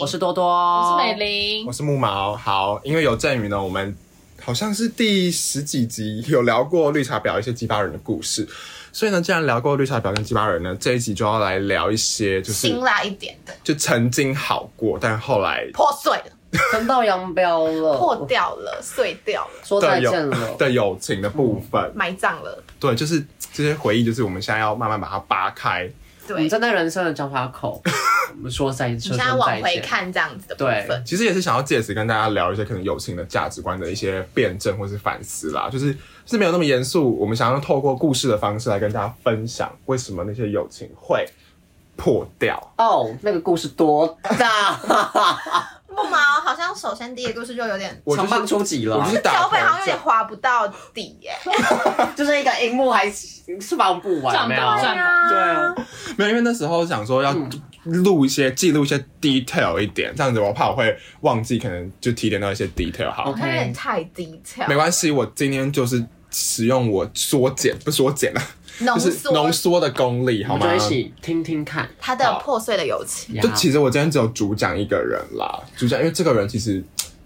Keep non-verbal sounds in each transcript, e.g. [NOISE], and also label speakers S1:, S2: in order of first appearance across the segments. S1: 我是多多，哦我
S2: 我
S3: 哦
S2: 是美玲
S4: 我，是木毛。好，因为有赠予呢，我们好像是第十几集有聊过绿茶婊一些鸡巴人的故事，所以呢，既然聊过绿茶婊跟鸡巴人呢，这一集就要来聊一些就是
S2: 辛辣一点的，
S4: 就曾经好过，但后来
S2: 破碎了，
S1: 分道扬镳了，
S4: 哦
S2: 破掉了，碎掉了，
S1: 说
S4: 的
S1: 再
S4: 友。
S1: 见了
S4: [LAUGHS] 的友情的部分。
S2: 埋葬了。
S4: 对，就是这些回忆，就是我们现在要慢慢把它扒开。
S1: 我们
S2: 对，
S1: 站在人生的交叉口，我们说再
S2: 你
S1: 说
S2: 现
S1: 声
S2: 在往
S1: 再
S2: 回
S1: 见。
S2: 看这样子的部
S1: 对
S2: 分，
S4: 其实也是想要借此跟大家聊一些可能友情的价值观的一些辩证或是反思啦，就是是没有那么严肃。我们想要透过故事的方式来跟大家分享，为什么那些友情会破掉。
S1: [LAUGHS] 哦，那个故事多大？
S2: 木毛好像首先第一个故事就有点，
S4: [LAUGHS] 我就
S1: 长
S4: 是
S1: 棒出级
S4: 我
S1: 了
S4: 就，是打
S2: 脚
S4: 头
S2: 本好像有
S4: 阵
S2: 点，滑不到底耶。
S1: [LAUGHS] 就是一个荧幕还是放不完，
S3: 长
S1: 没有？
S3: 棒
S2: 对
S3: 长
S1: 对
S2: 啊
S1: 啊，，
S4: 没有，因为那时候想说要录一些、记录一些 detail 一点，这样子我怕我会忘记，可能就提点到一些 detail 好了。
S1: OK
S2: 他有点太低调
S4: 没，关系，我今天就是使用我缩减不缩减了，
S2: 浓
S4: 就是浓
S2: 缩
S4: 缩的功力，
S1: 我
S4: 好
S1: 们
S4: 吗
S1: 就？一起听听看。
S2: 他的破碎的友情。
S4: 就其实我今天只有主讲一个人啦，主讲，因为这个人其实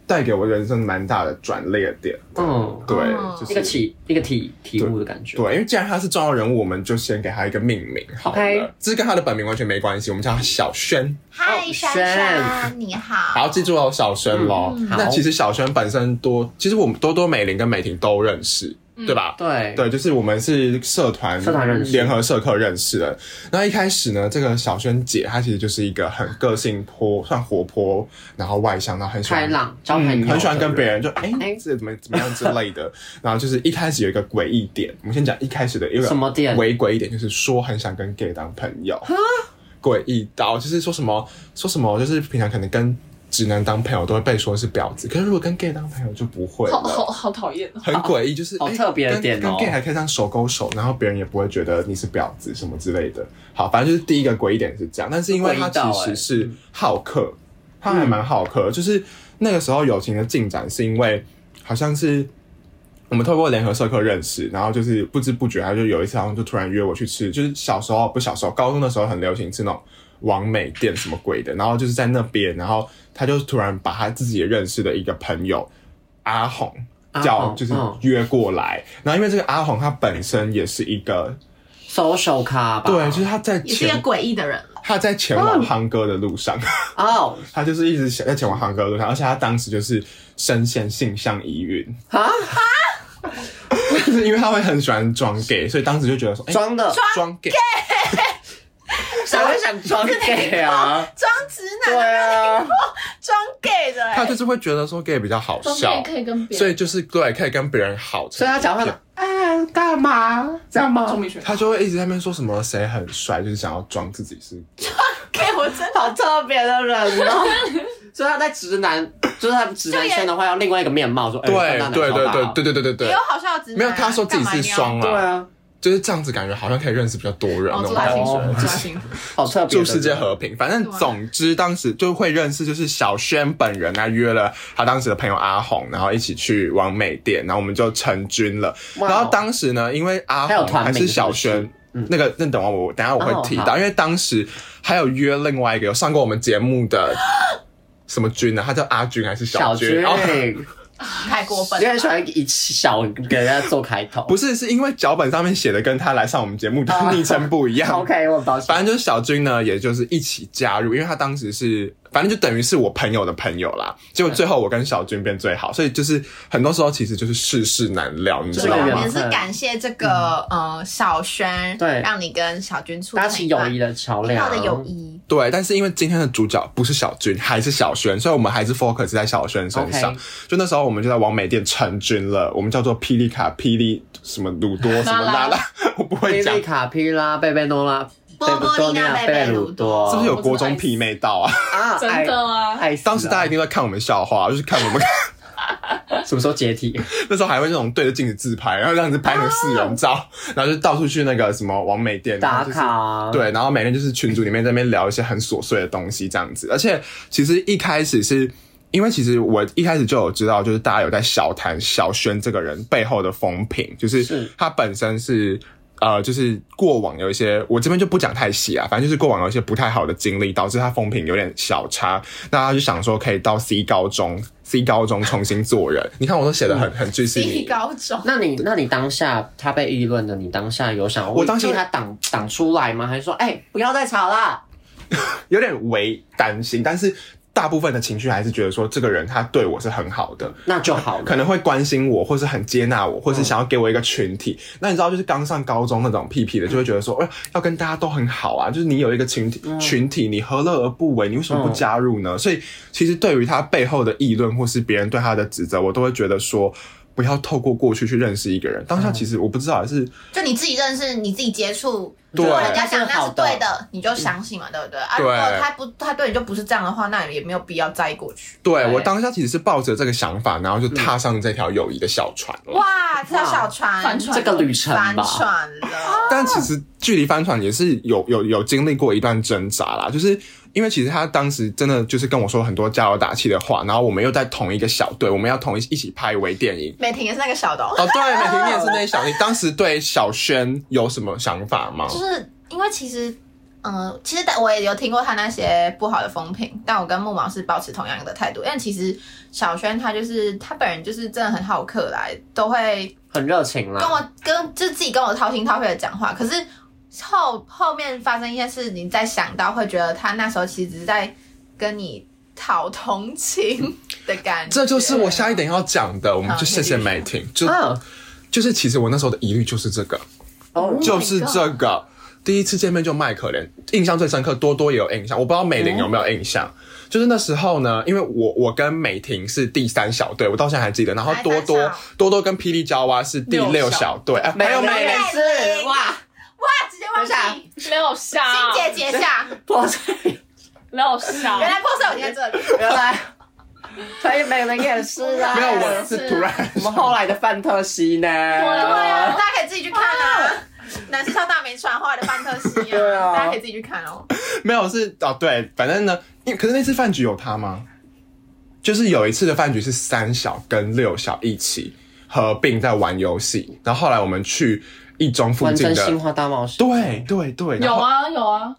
S4: 带给我人生蛮大的转捩点，
S1: 嗯，
S4: 对，
S2: 哦
S4: 就
S1: 一个
S4: 是
S1: 题一个题题目的感觉。
S4: 对，因为既然他是重要人物，我们就先给他一个命名好了
S1: OK
S4: 这是跟他的本名完全没关系，我们叫他小轩，
S2: 嗨，
S1: 哦
S2: 珊
S1: 轩
S2: 珊，你好。
S4: 好，记住哦，小轩喽。
S1: 嗯
S4: 那
S1: 好
S4: 其实小轩本身多，其实我们多多美玲跟美婷都认识，对吧？
S1: 嗯对
S4: 对，就是我们是社团
S1: 社团认识
S4: 联合社课认识的。那一开始呢，这个小轩姐她其实就是一个很个性泼，算活泼，然后外向，然后很喜欢
S1: 开朗交朋友，
S4: 嗯很喜欢跟别
S1: 人。
S4: 人就哎、
S1: 哎
S4: 这怎么怎么样之类的。 [LAUGHS] 然后就是一开始有一个诡异点，我们先讲一开始的一个
S1: 什么点
S4: 微诡异点就是说很想跟 gay 当朋友，诡异到就是说什么说什么，就是平常可能跟直男当朋友都会被说是婊子，可是如果跟 gay 当朋友就不会
S3: 好好
S4: 了。
S3: 好讨厌哦。
S4: 很诡异，就是
S1: 好
S4: 哎
S1: 特别的
S4: 跟
S1: 点哦
S4: 跟 gay 还可以这样手勾手，然后别人也不会觉得你是婊子什么之类的。好，反正就是第一个诡异点是这样，但是因为他
S1: 诡异到
S4: 其
S1: 哎
S4: 实是好客，他还蛮好客，就是那个时候友情的进展是因为好像是我们透过联合社课认识，然后就是不知不觉他就有一次好像就突然约我去吃，就是小时候不小时候高中的时候很流行吃那种王美店什么鬼的，然后就是在那边，然后他就突然把他自己也认识的一个朋友阿红
S1: 阿红
S4: 叫就是
S1: 嗯
S4: 约过来，然后因为这个阿红他本身也是一个
S1: 手手卡吧。
S4: 对，就是他在
S2: 也是一个
S4: 前
S2: 诡异的人了，
S4: 他在前往夯哥的路上。
S1: 哦
S4: 他就是一直想在前往韩国的路上，而且他当时就是深陷性向疑云， [LAUGHS]
S1: 啊，
S4: 就是因为他会很喜欢装 gay，所以当时就觉得说，哎
S1: 装的
S4: 装 gay，
S1: 谁会想
S4: [LAUGHS]
S1: 装 gay 啊？
S2: 装直
S1: 对
S2: 男，
S1: 啊，
S2: 装 gay 的
S4: 他
S2: 哎 [LAUGHS]
S4: 就。是会觉得说 gay 比较好
S3: 中
S4: 笑
S3: 间，可以跟别人，
S4: 所以就是对可以跟别人好，
S1: 所以他讲话的啊干嘛这样吗？
S3: 钟明轩
S4: 他就会一直在那边说什么谁很帅，就是想要装自己是
S2: gay，我哎真的
S1: 好特别的人哦。所以他在直男，就是他直男圈的话，要另外一个面貌说，哎
S4: 对
S1: 我看到男
S4: 对
S1: 超
S4: 对
S1: 大
S4: 对对对对对
S2: 也
S4: 对
S2: 有，好笑的直男啊。
S4: 没有他说自己是
S2: 干嘛
S4: 双
S1: 对
S4: 啊，
S1: 啊，
S4: 就是这样子感觉好像可以认识比较多人
S2: 你要，
S4: 那
S2: 哦，
S4: 种
S2: 祝
S4: 感
S2: 他
S4: 觉。
S2: 幸福祝他幸福。
S1: 哦，
S4: [LAUGHS]
S1: 好特别
S4: 祝
S1: 的人，
S4: 世界和平。反正总之，当时就会认识，就是小轩本人啊，约了他当时的朋友阿红，然后一起去往美店，然后我们就成军了。
S1: 哇哦
S4: 然后当时呢，因为阿
S1: 还有
S4: 红
S1: 团
S4: 还
S1: 名
S4: 是小
S1: 是
S4: 轩
S1: 不是嗯，
S4: 那个那等会我等一下我
S1: 哦
S4: 会提
S1: 好
S4: 到，因为当时还有约另外一个有上过我们节目的什么军呢？他叫阿军还是
S1: 小
S4: 军？
S1: 军
S4: 然后。
S2: 太过分
S1: 你很喜
S2: 了。
S1: 欢以小给人家做开头，
S4: 不是，是因为脚本上面写的跟他来上我们节目的
S1: 哦
S4: [LAUGHS] 昵称不一样。
S1: OK，我抱歉
S4: 反。正就是小军呢，也就是一起加入，因为他当时是，反正就等于是我朋友的朋友啦。结果最后我跟小军变最好，所以就是很多时候其实就是世事难料，你
S2: 就是
S4: 知
S2: 我
S4: 道
S1: 对
S2: 们
S1: 啊
S4: 吗
S2: 也？是感谢这个呃小轩，
S1: 嗯对
S2: 让你跟小军促
S1: 搭
S2: 成
S1: 起
S2: 一
S1: 友
S2: 段
S1: 谊的桥
S2: 美好
S1: 梁，
S2: 的友谊。
S4: 对，但是因为今天的主角不是小军，还是小轩，所以我们还是 focus 在小轩身上。
S1: OK
S4: 就那时候我们就在王美店成军了，我们叫做霹雳卡、霹雳什么鲁多什么拉
S3: 拉拉
S4: 拉， [LAUGHS] 我不会
S1: 贝
S4: 讲
S1: 贝，卡皮拉、贝贝诺拉、贝
S2: 波波
S1: 多
S2: 利
S1: 尼
S2: 娜
S1: 亚、
S2: 贝贝
S1: 贝
S2: 鲁
S1: 鲁多，
S4: 是不是有
S3: 我真的
S4: 国中
S3: 爱死
S4: 媲美到啊？
S1: 啊？
S3: 真的啊，
S1: 爱，爱死啊
S4: 当时大家一定在看我们笑话，就是看我们。
S1: 什么时候解体？
S4: [LAUGHS] 那时候还会那种对着镜子自拍，然后这样子拍
S1: 啊
S4: 成四人照，然后就到处去那个什么完美店
S1: 打。
S4: 然后
S1: 卡，
S4: 就是对，然后每天就是群组里面在那边聊一些很琐碎的东西，这样子。而且其实一开始是因为其实我一开始就有知道，就是大家有在小谈小轩这个人背后的风评，就是
S1: 是
S4: 他本身是呃，就是过往有一些，我这边就不讲太细啊，反正就是过往有一些不太好的经历，导致他风评有点小差。那他就想说，可以到 C 高中，C 高中重新做人。你看，我都写的很很具细
S2: 第一
S4: 腻。
S2: 高中，
S1: 那你那你当下他被议论的，你当下有想
S4: 我当下
S1: 为他挡挡出来吗？还是说哎、不要再吵啦？
S4: 有点为担心，但是大部分的情绪还是觉得说，这个人他对我是很好的，
S1: 那就好了。嗯
S4: 可能会关心我，或是很接纳我，或是想要给我一个群体。那你知道，就是刚上高中那种屁屁的，就会觉得
S1: 嗯
S4: 说，哎、要跟大家都很好啊，就是你有一个群体，群体你何乐而不为？你为什么不加入
S1: 嗯
S4: 呢？所以，其实对于他背后的议论，或是别人对他的指责，我都会觉得说。不要透过过去去认识一个人。当
S1: 嗯
S4: 下其实我不知道，也是
S2: 就你自己认识，你自己接触，
S4: 对
S2: 如果人家讲那
S1: 好
S2: 是
S1: 的
S2: 对的，你就相信嘛，对不对？啊，
S4: 对
S2: 如果他不，他对你就不是这样的话，那也没有必要在意过去。
S4: 对
S1: 对嗯
S4: 我当下其实是抱着这个想法，然后就踏上这条友谊的小船了。
S2: 哇，这条小船
S3: 帆船
S1: 这个旅程
S2: 帆
S1: 吧，
S2: 船了，
S4: 但其实距离帆船也是有有有经历过一段挣扎啦，就是因为其实他当时真的就是跟我说很多加油打气的话，然后我们又在同一个小队，我们要同一一起拍微电影。
S2: 美婷也是那个小的哦，
S4: 哦，对，美婷你也是那小，你当时对小轩有什么想法吗？
S2: 就是因为其实。嗯，其实但我也有听过他那些不好的风评，但我跟木毛是保持同样的态度，因为其实小轩他就是他本人就是真的很好客来，都会
S1: 很热情啦。
S2: 跟我
S4: 嗯
S2: 跟就自己跟我掏心掏肺的讲话，可是后后面发生一些事，你再想到会觉得他那时候其实只是在跟你讨同情的感觉。
S4: 这就是
S2: [LAUGHS]
S4: 我下一点要讲的，我们
S2: 啊好
S4: 就谢谢
S2: 你继续
S4: 美婷，就
S1: 啊，
S4: 就是其实我那时候的疑虑就是这个，
S1: 哦
S2: Oh，my
S4: 就是这
S2: God
S4: 个。第一次见面就卖可怜，印象最深刻。多多也有印象，我不知道美玲有没有印象。就是那时候呢，因为我我跟美婷是第三小队，我到现在还记得。然后
S2: 还
S4: 多
S2: 三
S4: 多
S2: 小
S4: 多多跟霹雳娇娃是第六
S3: 六
S4: 小
S3: 小
S4: 队，哎，
S1: 没有
S4: 还
S1: 没
S2: 有
S1: 有
S2: 没有
S1: 没事哇，
S2: 哇，直接忘记
S3: 没有笑，
S2: 心结结下，
S1: 破碎，
S3: 没有
S4: [LAUGHS] 啊
S3: 笑
S2: 原，来破碎我在这里。
S1: 原来所以美玲也是啊，
S4: 没有，我
S2: 我
S4: 是
S2: 是
S4: 突然
S1: 我们后来的范特西呢？
S2: 对啊，
S3: 啊
S2: 大家可以自己去看啊。男生超大没穿，后来的范特西
S1: 对
S2: 啊，
S1: 啊
S2: 大家可以自己去看哦。
S4: [LAUGHS] 没有是哦，对，反正呢，因可是那次饭局有他吗？就是有一次的饭局是三小跟六小一起合并在玩游戏，然后后来我们去一中附
S1: 完
S4: 近
S1: 成新
S4: 的，
S1: 化大冒险，
S4: 对对对，然
S3: 有
S4: 后
S3: 啊有啊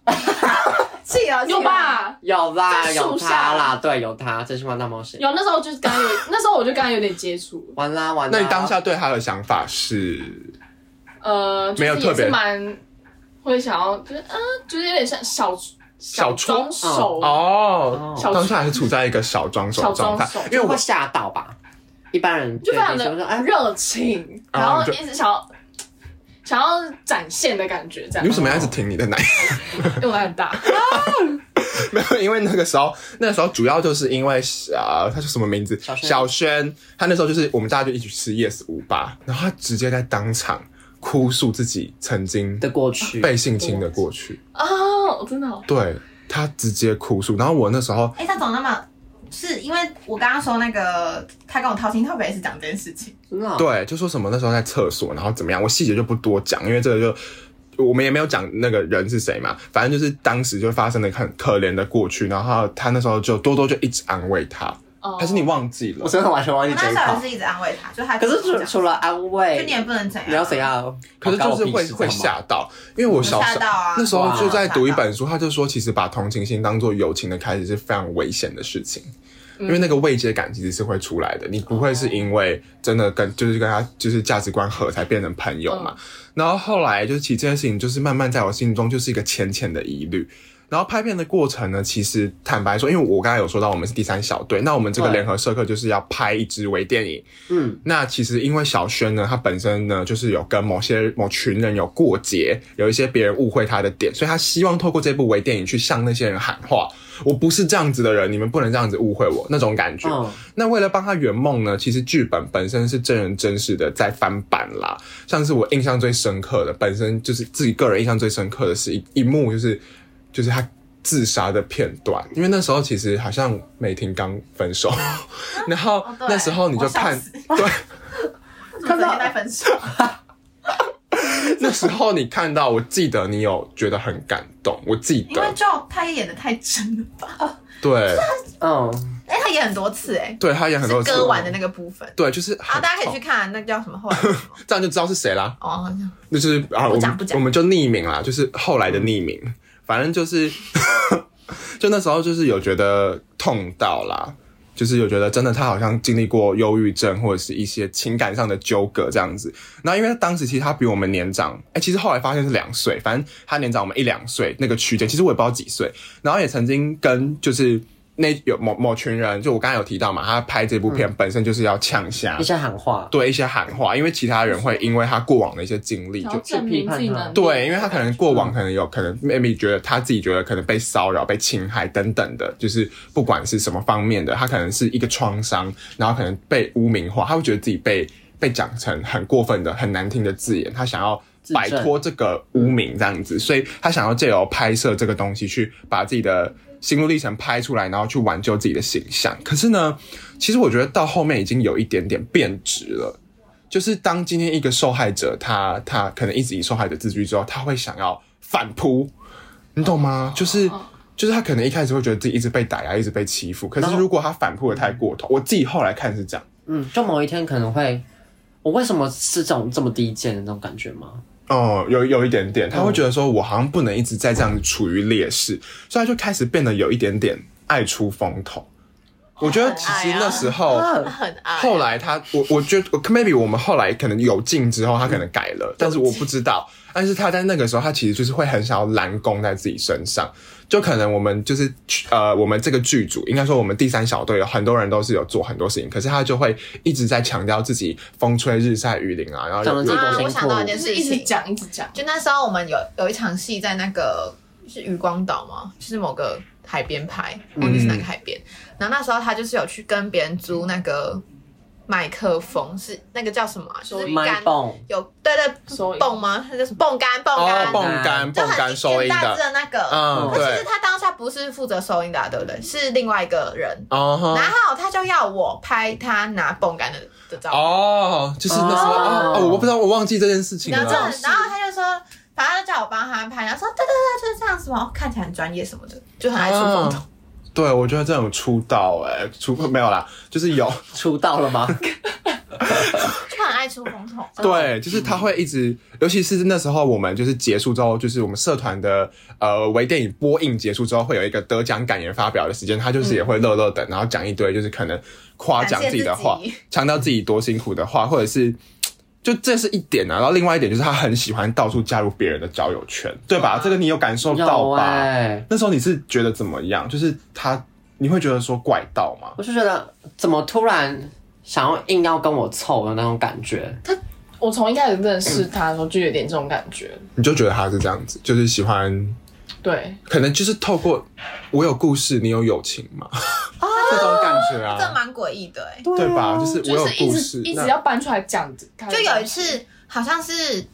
S2: 是啊，
S3: 有
S2: 是啊？
S3: 吧？
S1: 有啦，
S3: 在
S1: 有
S3: 树
S1: 他
S3: 下
S1: 啦，对，有他，真心话大冒险，
S3: 有那时候就是刚有， [LAUGHS] 那时候我就刚刚有点接触，
S1: 完啦完啦。
S4: 那你当下对他的想法是？
S3: 呃，就是
S4: 没有特别
S3: 也是蛮会想要，就是嗯、就是有点像小
S4: 小戳
S3: 装手，
S4: 哦，
S3: 小
S4: 当下还是处在一个小装手状态
S3: 小装手，
S4: 因为
S1: 会
S4: 我
S1: 吓到吧？一般人
S3: 就非常
S1: 对你说
S3: 的
S1: 哎，
S3: 热情，
S4: 啊
S3: 然后
S4: 你就
S3: 一直想要想要展现的感觉，这样
S4: 你为什么要一直挺你的奶？
S3: 因为我很大，
S4: [LAUGHS] 没有，因为那个时候，那个时候主要就是因为啊，他叫什么名字？
S1: 小轩
S4: 小轩，他那时候就是我们大家就一起吃 yes 五八，然后他直接在当场哭诉自己曾经
S1: 的过
S2: 啊
S1: 去，
S4: 被性侵的过去，
S3: 哦，真的哦、
S4: 对他直接哭诉，然后我那时候。
S2: 哎、他怎么那么？是因为我刚刚说那个，他跟我掏心掏肺也是讲这件事情。
S1: 真的哦
S4: 对，就说什么那时候在厕所，然后怎么样，我细节就不多讲，因为这个就我们也没有讲那个人是谁嘛，反正就是当时就发生了很可怜的过去，然后他那时候就多多就一直安慰他，
S3: 哦
S4: 还是你忘记了
S1: 我？真的完全忘
S2: 我
S1: 记这
S2: 那
S1: 一
S2: 时候也
S1: 套。
S2: 是一直安慰他，就他
S1: 可是除
S2: 就
S1: 除了安慰，
S2: 就你也不能怎样，
S1: 你要怎？样？
S4: 可是就是会会吓到，因为我小时
S2: 吓到啊
S4: 那时候就在读一本书，他就说其实把同情心当做友情的开始是非常危险的事情。因为那个慰藉感其实是会出来的，你不会是因为真的跟就是跟他就是价值观合才变成朋友嘛。然后后来就是其实这件事情就是慢慢在我心中就是一个浅浅的疑虑。然后拍片的过程呢，其实坦白说，因为我刚才有说到我们是第三小队，那我们这个
S1: 对
S4: 联合社课就是要拍一支微电影，
S1: 嗯，
S4: 那其实因为小轩呢，他本身呢就是有跟某些某群人有过节，有一些别人误会他的点，所以他希望透过这部微电影去向那些人喊话：我不是这样子的人，你们不能这样子误会我那种感觉。
S1: 嗯
S4: 那为了帮他圆梦呢，其实剧本本身是真人真事的在翻版啦。像是我印象最深刻的，本身就是自己个人印象最深刻的是一一幕，就是就是他自杀的片段，因为那时候其实好像美婷刚分手，然后
S2: 哦对
S4: 那时候你就
S2: 我笑
S4: 看
S2: 死
S4: 对。
S2: 看到现在分手，
S4: [LAUGHS] 那时候你看到，我记得你有觉得很感动，我记
S2: 因为
S4: 得。
S2: 就他也演的太真了吧？
S4: 对
S1: 嗯，
S2: 哎、他演很多次哎、
S4: 对，他演很多
S2: 是
S4: 次啊
S2: 歌，完的那个部分。
S4: 对，就是
S2: 好，
S4: 很
S2: 大家可以
S4: 痛
S2: 去看那叫什么后来什么
S4: 这样就知道是谁啦。
S2: 哦，好像
S4: 那就是啊，我
S2: 不讲
S4: 们
S2: 不讲
S4: 我们就匿名啦，就是后来的匿名，反正就是 [LAUGHS] 就那时候就是有觉得痛到啦，就是有觉得真的他好像经历过忧郁症或者是一些情感上的纠葛这样子。那因为当时其实他比我们年长，哎、其实后来发现是两岁，反正他年长我们一两岁那个区间，其实我也不知道几岁。然后也曾经跟就是。那有某某群人，就我刚才有提到嘛，他拍这部片
S2: 嗯
S4: 本身就是要呛下
S1: 一，些喊话，
S4: 对一些喊话，因为其他人会因为他过往的一些经历，
S3: 想
S4: 就
S3: 要证明自己能力。
S4: 对，因为他可能过往可能有可能 maybe 觉得他自己觉得可能被骚扰、被侵害等等的，就是不管是什么方面的，他可能是一个创伤，然后可能被污名化，他会觉得自己被被讲成很过分的、很难听的字眼，他想要。摆脱这个污名，这样子，所以他想要借由拍摄这个东西，去把自己的心路历程拍出来，然后去挽救自己的形象。可是呢，其实我觉得到后面已经有一点点变质了，就是当今天一个受害者，他他可能一直以受害者自居之后，他会想要反扑，你懂吗？就是
S3: 哦
S4: 就是他可能一开始会觉得自己一直被打压，一直被欺负，可
S1: 然
S4: 是
S1: 后
S4: 如果他反扑的太
S3: 嗯
S4: 过头，我自己后来看是这样，
S1: 嗯，就某一天可能会，我为什么是这种这么低贱的那种感觉吗？
S4: 哦，有有一点点，他会觉得说我好像不能一直在这样处于劣势，所以他就开始变得有一点点爱出风头。我觉得其实那时
S3: 啊
S4: 候。
S2: 他很爱。
S4: 后来他，我我觉得 maybe 我们后来可能有进之后，他可能改了，但是我不知道。但是他在那个时候，他其实就是会很想要蓝攻在自己身上，就可能我们就是呃，我们这个剧组应该说我们第三小队有很多人都是有做很多事情，可是他就会一直在强调自己风吹日晒雨淋啊，然后
S1: 讲
S4: 有
S1: 得自己
S2: 啊
S1: 多，
S2: 我
S1: 辛
S2: 想
S1: 苦
S2: 到一件
S3: 就
S2: 事
S3: 是一直
S2: 情，
S3: 讲，一直讲。
S2: 就那时候我们有有一场戏在那个是渔光岛嘛，就是某个海边拍，
S4: 嗯
S2: 忘记是哪个海边。然后那时候他就是有去跟别人租那个麦克风，是那个叫什么啊、就是
S1: 麦
S2: 杆
S1: 蹦，
S2: 有对对
S3: 收音
S2: 蹦吗？那就是蹦杆蹦
S4: 哦
S2: 杆。
S4: 泵杆
S2: 就
S4: 泵
S2: 很
S4: 杆收音
S2: 大只
S4: 的，
S2: 的那个，
S4: 嗯
S2: 可其
S4: 对
S2: 实他当下不是负责收音的啊、对不对？是另外一个人，
S4: 哦哈
S2: 然后他就要我拍他拿泵杆的的照片，
S4: 哦，就是那时候
S1: 哦
S4: 哦哦，我不知道，我忘记这件事情
S2: 然后
S4: 了。
S2: 就然后他就说，反正就叫我帮他拍，然后说对对对，就是这样子嘛，哦看起来很专业什么的，就很爱出风头。
S4: 对，我觉得这种出道哎、出没有啦，就是有
S2: 哦
S1: 出道了
S4: [LAUGHS]
S1: 吗？
S2: [LAUGHS] 就很爱出风头。
S4: 对，就是他会一直，尤其是那时候我们就是结束之后，就是我们社团的呃微电影播映结束之后，会有一个得奖感言发表的时间，他就是也会乐乐的，然后讲一堆就是可能夸奖自己的话
S2: 感谢自己，
S4: 强调自己多辛苦的话，或者是。就这是一点啊，然后另外一点就是他很喜欢到处加入别人的交友圈，对吧？这个你有感受到
S1: 有
S4: 吧？
S1: 哎、
S4: 那时候你是觉得怎么样？就是他，你会觉得说怪盗吗？
S1: 我就觉得怎么突然想要硬要跟我凑的那种感觉，
S3: 我从一开始认识他的时候，就有点这种感觉。
S4: 你就觉得他是这样子，就是喜欢，
S3: 对，
S4: 可能就是透过我有故事，你有友情嘛，这种 [LAUGHS] 感觉
S2: 这
S4: 啊，
S2: 蛮诡异的、欸，
S4: 对
S1: 嗯
S4: 吧？就是我
S3: 就
S4: 有
S3: 是一
S4: 故
S3: 直
S4: 事，
S3: 一直
S4: 那
S3: 要搬出来讲。
S2: 就有一次好像是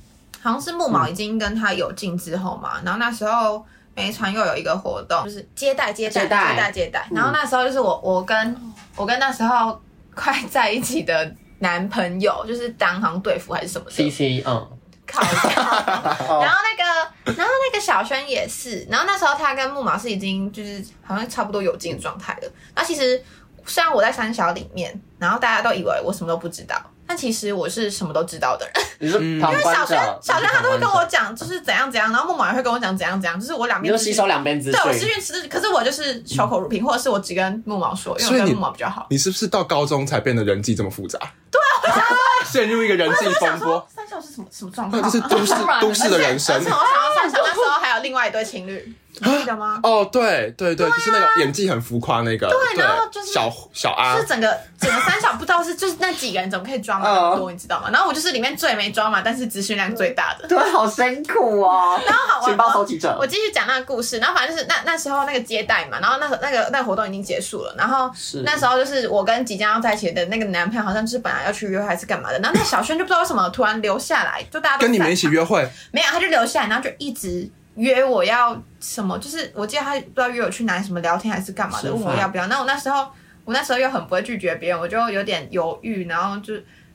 S2: 好像是木毛已经跟他有进之后嘛，然后那时候。梅传又有一个活动，就是接待接待
S1: 接待
S2: 接待接待。然后那时候就是我我跟我跟那时候快在一起的男朋友，就是当行队服还是什么的
S1: C C，嗯，
S2: 靠腰
S4: 哦
S2: 然后那个，然后那个小轩也是，然后那时候他跟木马是已经就是好像差不多有劲的状态了。那其实虽然我在三小里面，然后大家都以为我什么都不知道，但其实我是什么都知道的人。
S1: 你是
S4: 嗯
S1: 旁
S2: 因为小
S1: 观
S2: 轩
S1: 者，
S2: 小轩他都会跟我
S1: 你是旁观者，
S2: 讲就是怎样怎样，然后木马也会跟我讲怎样怎样，就是我两
S1: 你
S2: 边
S1: 就
S2: 都是
S1: 吸收两边资
S2: 对我是
S1: 讯，
S2: 运吃，可是我就是守口如瓶，或者是我只跟木毛说，因
S4: 所
S2: 为
S4: 以
S2: 我
S4: 你
S2: 跟木毛比较好。
S4: 你是不是到高中才变得人际这么复杂？对， [LAUGHS] 陷入一个人际风
S2: 想说
S4: 波，
S2: 三小是什么什么状
S4: 那
S2: 况啊？
S4: 就是都市
S3: 当然
S4: 都市的人
S2: 而
S4: 生
S2: 且我想到三小那时候还有另外一对情侣，你记得吗？
S4: 哦，对对对，就是那个演技很浮夸那个，
S2: 对
S4: 对
S2: 然后就是
S4: 小小阿
S2: 是整个整个三小不知道是就是那几个人怎么可以抓马那么
S4: 哦
S2: 多，你知道吗？然后我就是里面最没抓马，但是资讯量最大的。
S4: 嗯
S1: 对，好辛苦哦。然后
S2: 好玩
S1: 情报收集者
S2: 我，继续讲那个故事，然后反正就是那那时候那个接待嘛，然后那个那个那个活动已经结束了，然后
S1: 是
S2: 那时候就是我跟即将要在一起的那个男朋友，好像就是本来要去约会还是干嘛的，然后那小轩就不知道为什么突然留下来，就大家都
S4: 跟你们一
S2: 在
S4: 起约会，
S2: 没有，他就留下来，然后就一直约我要什么，就是我记得他不知道约我去哪里什么聊天还是干嘛
S1: 吃
S2: 的，
S1: 饭
S2: 问我要不要。那我那时候我那时候又很不会拒绝别人，我就有点犹豫，然后就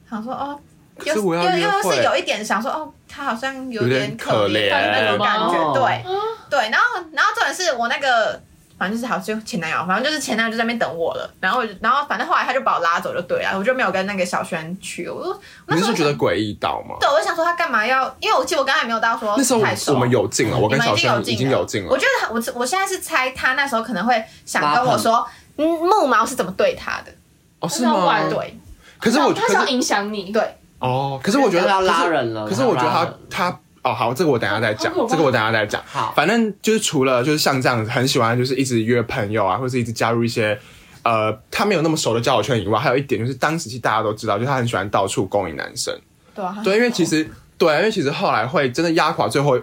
S2: 想说哦。
S4: 可
S2: 又
S4: 是我要
S2: 又
S4: 约
S2: 又
S4: 会
S2: 是有一点想说，哦，他好像有
S4: 有
S2: 点
S4: 点可
S2: 怜
S4: 怜
S2: 的那种感觉，
S1: 哦
S2: 对对。然后，然后重点是我那个反正就是好，就前男友，反正就是前男友就在那边等我了。然后我就，然后反正后来他就把我拉走就对了，我就没有跟那个小轩去。我就那
S4: 你
S2: 时候
S4: 是觉得
S2: 想
S4: 诡异到吗？
S2: 对，我就想说他干嘛要？因为我记得我刚才也没有到说
S4: 那时候
S2: 太熟
S4: 我我们有进了，我
S2: 你
S4: 跟
S2: 们一
S4: 小
S2: 定
S4: 轩
S2: 有
S4: 已
S2: 进
S4: 经
S2: 的
S4: 有进了
S2: 我。觉得他我我现在是猜他那时候可能会想
S1: 拉
S2: 跟我
S1: 朋
S2: 说，嗯，木毛是怎么对他的？
S4: 哦，是
S3: 他是要
S4: 吗
S3: 玩？
S2: 对
S4: 可是我
S3: 他
S4: 可
S3: 是要
S4: 是
S3: 影响你，
S2: 对，
S4: 哦，可是我觉得
S1: 要拉
S4: 可是
S1: 人了，
S4: 可是我觉得
S1: 要拉
S4: 他
S1: 人
S4: 他哦好，这个我等一下再讲
S3: 好可，怕
S4: 这个我等一下再讲。
S1: 好
S4: 反正就是除了就是像这样子很喜欢就是一直约朋友啊，或是一直加入一些呃他没有那么熟的交友圈以外，还有一点就是当时其实大家都知道，就是他很喜欢到处勾引男生。
S2: 对啊，
S4: 对，因为其实对，因为其实后来会真的压垮最后